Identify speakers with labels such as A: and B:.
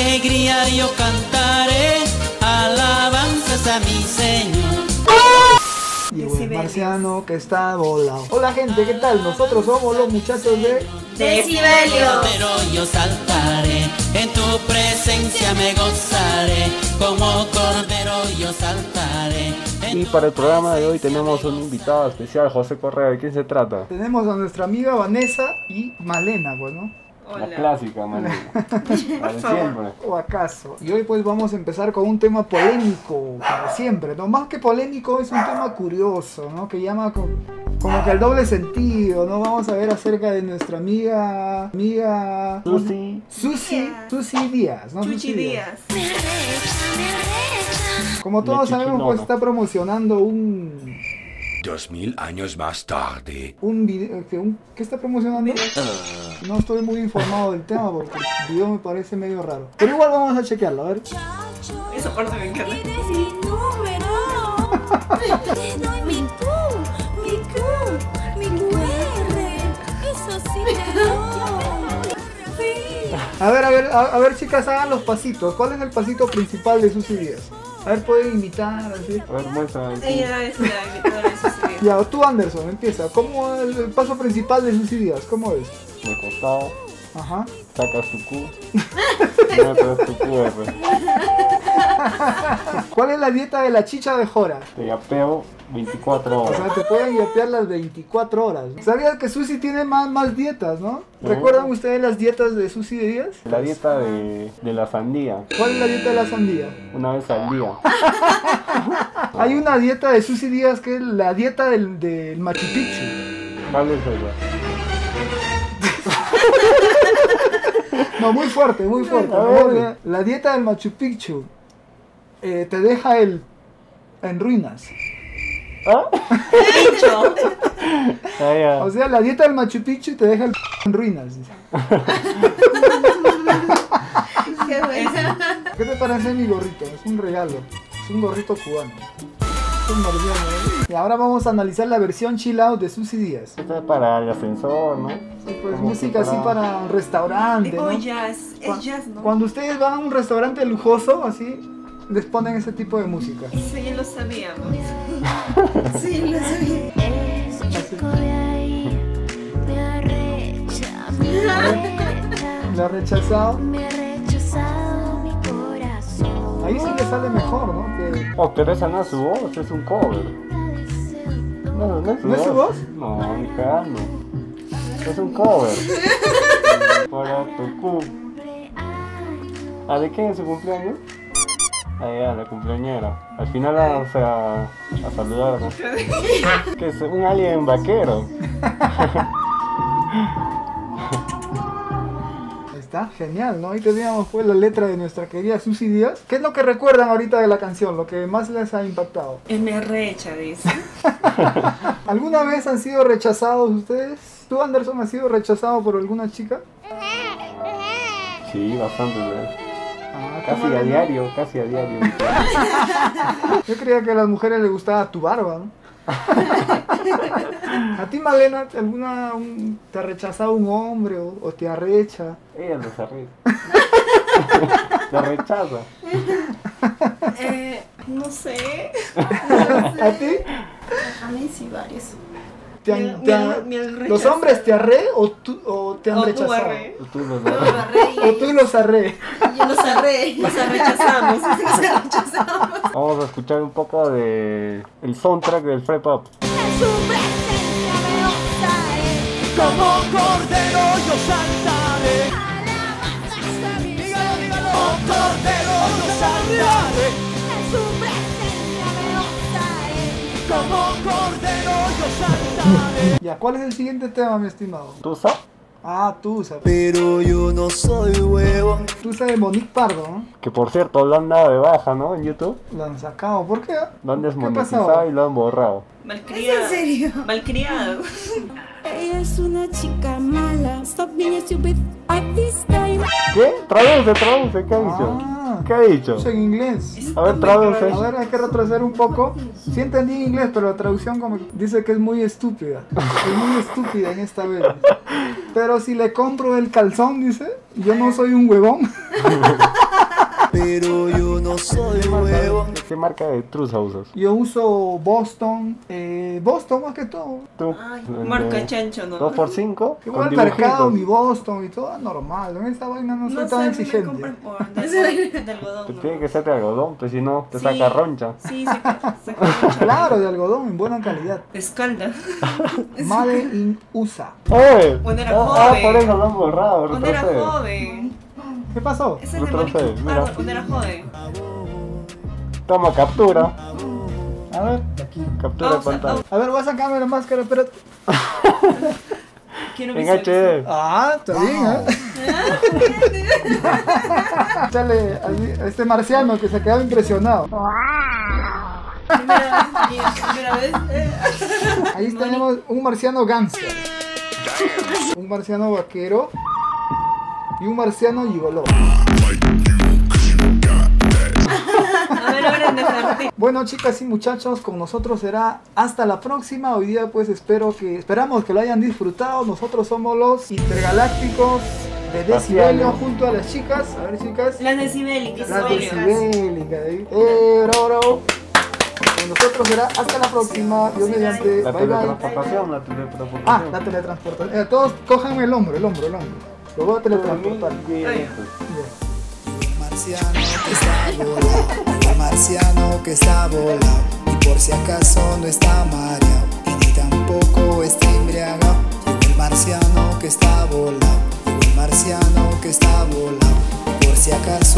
A: cantar yo cantaré alabanzas a mi Señor.
B: Llegó el marciano que está volado. Hola gente, ¿qué tal? Nosotros somos los muchachos de...
C: Decibelio.
A: Pero yo saltaré, en tu presencia me gozaré, como cordero yo saltaré. en
D: Y
A: tu
D: para el programa de hoy
A: presencia
D: tenemos
A: me
D: un invitado especial, José Correa. ¿De quién se trata?
B: Tenemos a nuestra amiga Vanessa y Malena, bueno.
D: La clásica, man. La de siempre.
B: ¿O acaso? Y hoy pues vamos a empezar con un tema polémico, como siempre, ¿no? Más que polémico es un tema curioso, ¿no? Que llama co- como que el doble sentido, ¿no? Vamos a ver acerca de nuestra amiga... amiga...
D: Susi.
B: Susi,
C: Díaz.
B: Susi Díaz, ¿no?
C: Chuchi Díaz.
B: Como todos
D: Lechuchi
B: sabemos,
D: no,
B: pues
D: no.
B: está promocionando un...
E: Dos mil años más tarde.
B: un video... que un- ¿Qué está promocionando? No estoy muy informado del tema porque el video me parece medio raro. Pero igual vamos a chequearlo, a ver.
C: Esa parte me encanta.
F: Mi número. Te doy mi Q, mi Q, mi QR. Eso sí te doy. Sí.
B: A ver, a ver, a, a ver chicas, hagan los pasitos. ¿Cuál es el pasito principal de sus ideas? A ver, pueden imitar, así.
D: A ver, muéstrame.
C: Ella es la invitada de Susi Díaz.
B: Ya, tú Anderson, empieza. ¿Cómo el, el paso principal de sus ideas? ¿Cómo es?
D: De costado,
B: Ajá.
D: sacas tu Q. Muestras tu QR.
B: ¿Cuál es la dieta de la chicha de Jora?
D: Te yapeo 24
B: O
D: horas.
B: sea, te pueden yapear las 24 horas. ¿no? ¿Sabías que Susi tiene más, más dietas, no? ¿Recuerdan ustedes las dietas de Susi Díaz?
D: La dieta de, de la sandía.
B: ¿Cuál es la dieta de la sandía?
D: Una vez al día.
B: Hay una dieta de Susi Díaz que es la dieta del, del Machu Picchu.
D: ¿Cuál es ella?
B: No, muy fuerte, muy fuerte.
D: A ver.
B: Muy bien. La dieta del Machu Picchu eh, te deja el en ruinas.
C: Pincho.
D: Ah, ya.
B: O sea, la dieta del Machu Picchu te deja el en ruinas. dice.
C: Qué bueno.
B: ¿Qué te parece mi gorrito? Es un regalo. Es un gorrito cubano. Es un gorrión, ¿eh? Y ahora vamos a analizar la versión chill out de Susi Díaz.
D: Esta es para el ascensor, ¿no?
B: Sí, pues,
D: Como
B: música
D: que
B: así para un restaurante.
C: Tipo
B: ¿no?
C: jazz. Es jazz, ¿no?
B: Cuando ustedes van a un restaurante lujoso, así, les ponen ese tipo de música.
C: Sí, ya lo sabíamos.
G: Sí, lo sabía.
F: Chico de ahí, me ha recha- me recha-
B: La rechazado.
F: me ha rechazado mi corazón.
B: Ahí sí le sale mejor, ¿no? Que-
D: Oh, pero esa no es su voz, es un cover. No, no es su
B: ¿No es
D: voz.
B: su voz?
D: No, ni cagando. Es un cover. para tu cu. ¿A de quién es su cumpleaños? Ahí a la cumpleañera. Al final vamos a, a saludar. que es un alien vaquero.
B: Está genial, ¿no? Ahí teníamos pues la letra de nuestra querida Susi Díaz. ¿Qué es lo que recuerdan ahorita de la canción? Lo que más les ha impactado.
C: Eh, Me recha, dice.
B: ¿Alguna vez han sido rechazados ustedes? ¿Tú, Anderson, has sido rechazado por alguna chica?
D: Sí, bastante. ¿verdad?
B: Ah, ¿tú,
D: Casi a
B: Malena?
D: diario, casi a diario.
B: Yo creía que a las mujeres les gustaba tu barba, ¿no? ¿A ti, Malena, alguna un- te ha rechazado un hombre o, o te arrecha?
D: Ella lo arregla. Lo rechaza.
C: Eh, no sé.
B: ¿A ti?
G: A mí sí, varios.
B: ¿Te
C: Me-
B: han-
C: me
B: te
C: han-
B: han-
C: me han
B: ¿Los
C: rechazado.
B: hombres te arre o, tú, o te han
C: O tú
B: rechazado?
C: arre.
D: Tú lo
G: Yo
D: arreglas.
B: O tú los arre.
G: los arré.
C: Nos rechazamos. Nos rechazamos.
D: Vamos a escuchar un poco de el soundtrack del Free Pop.
F: Su presencia me gozaré. Alabanzas a mi Señor. En su presencia me gozaré.
B: Ya, ¿cuál es el siguiente tema, mi estimado?
D: ¿Tú sabes?
B: Ah, Tusa.
H: Pero yo no soy huevo.
B: Tusa de Monique Pardo, ¿no?
D: Que por cierto, lo han dado de baja, ¿no? En YouTube.
B: La han sacado. ¿Por qué?
D: Lo han
B: ¿Qué
D: desmonetizado y lo han borrado.
C: Malcriado.
G: ¿En serio?
C: Malcriado.
F: Ella es una chica mala. Stop being stupid at this time.
D: ¿Qué? Traduce, traduce. ¿Qué ha dicho?
B: Ah.
D: ¿Qué ha dicho?
B: Tusa en inglés.
D: A ver, traduce.
B: A ver, hay que retroceder un poco. Sí entendí inglés, pero la traducción como que dice que es muy estúpida. Es muy estúpida en esta vez. Pero si le compro el calzón, dice, yo no soy un huevón.
H: pero yo no soy
D: ¿Qué marca,
H: huevón.
D: de- qué marca de trusa usas?
B: Yo uso Boston, eh, Boston más que todo.
D: ¿Tú?
C: Ay,
D: El de
C: marca chancho, ¿no?
D: 2x5
B: Yo
D: con
B: voy al mercado,
D: dibujitos.
B: mi Boston y todo, normal. En esta vaina no soy
C: No sé,
B: tan
C: a mí me
B: exigente.
C: compran por de, de algodón.
D: Te
C: ¿no?
D: Pues tiene que ser de algodón, pues si no, te
C: Sí.
D: saca roncha.
C: Sí, saca, saca
B: Claro, de algodón, en buena calidad.
C: Te escalda.
B: Made in USA.
D: ¡Eh!
C: Cuando era
D: Ah, Ah,
C: joven.
D: por eso lo han borrado,
C: Cuando era
D: retrocede.
C: joven.
B: ¿Qué pasó?
C: Es el de
D: Retrocede,
C: Mónica
D: mira.
C: Pardo, cuando era joven.
D: Toma captura. A ver, captura de
C: Pausa,
D: pantalla.
B: A ver, voy a sacarme la máscara, espérate.
C: Quiero
D: En
C: visualizar.
D: HD.
B: Ah, está bien, ¿eh? Échale al- a este marciano que se ha quedado impresionado.
C: Primera vez, mía, primera vez. eh.
B: Ahí tenemos un marciano gangster, un marciano vaquero y un marciano gigoló.
C: A ver, ahora en el jardín.
B: Bueno, chicas y muchachos, con nosotros será hasta la próxima. Hoy día, pues espero que esperamos que lo hayan disfrutado. Nosotros somos los intergalácticos de Decibelio junto a las chicas. A ver, chicas.
C: Las decibélicas,
B: Las
C: obvio.
B: decibélicas. ¿eh? Eh, bravo, bravo. Con nosotros será hasta la próxima. Dios mediante.
D: La
B: Bye, bye.
D: teletransportación, la teletransportación.
B: Ah, la teletransportación. Eh, todos cójanme el hombro, el hombro, el hombro. Lo voy a teletransportar.
H: Marciano que está volado, el marciano que está volado, y por si acaso no está mareado, y ni tampoco está embriagado. Llegó el marciano que está volado, llegó el marciano que está volado, y por si acaso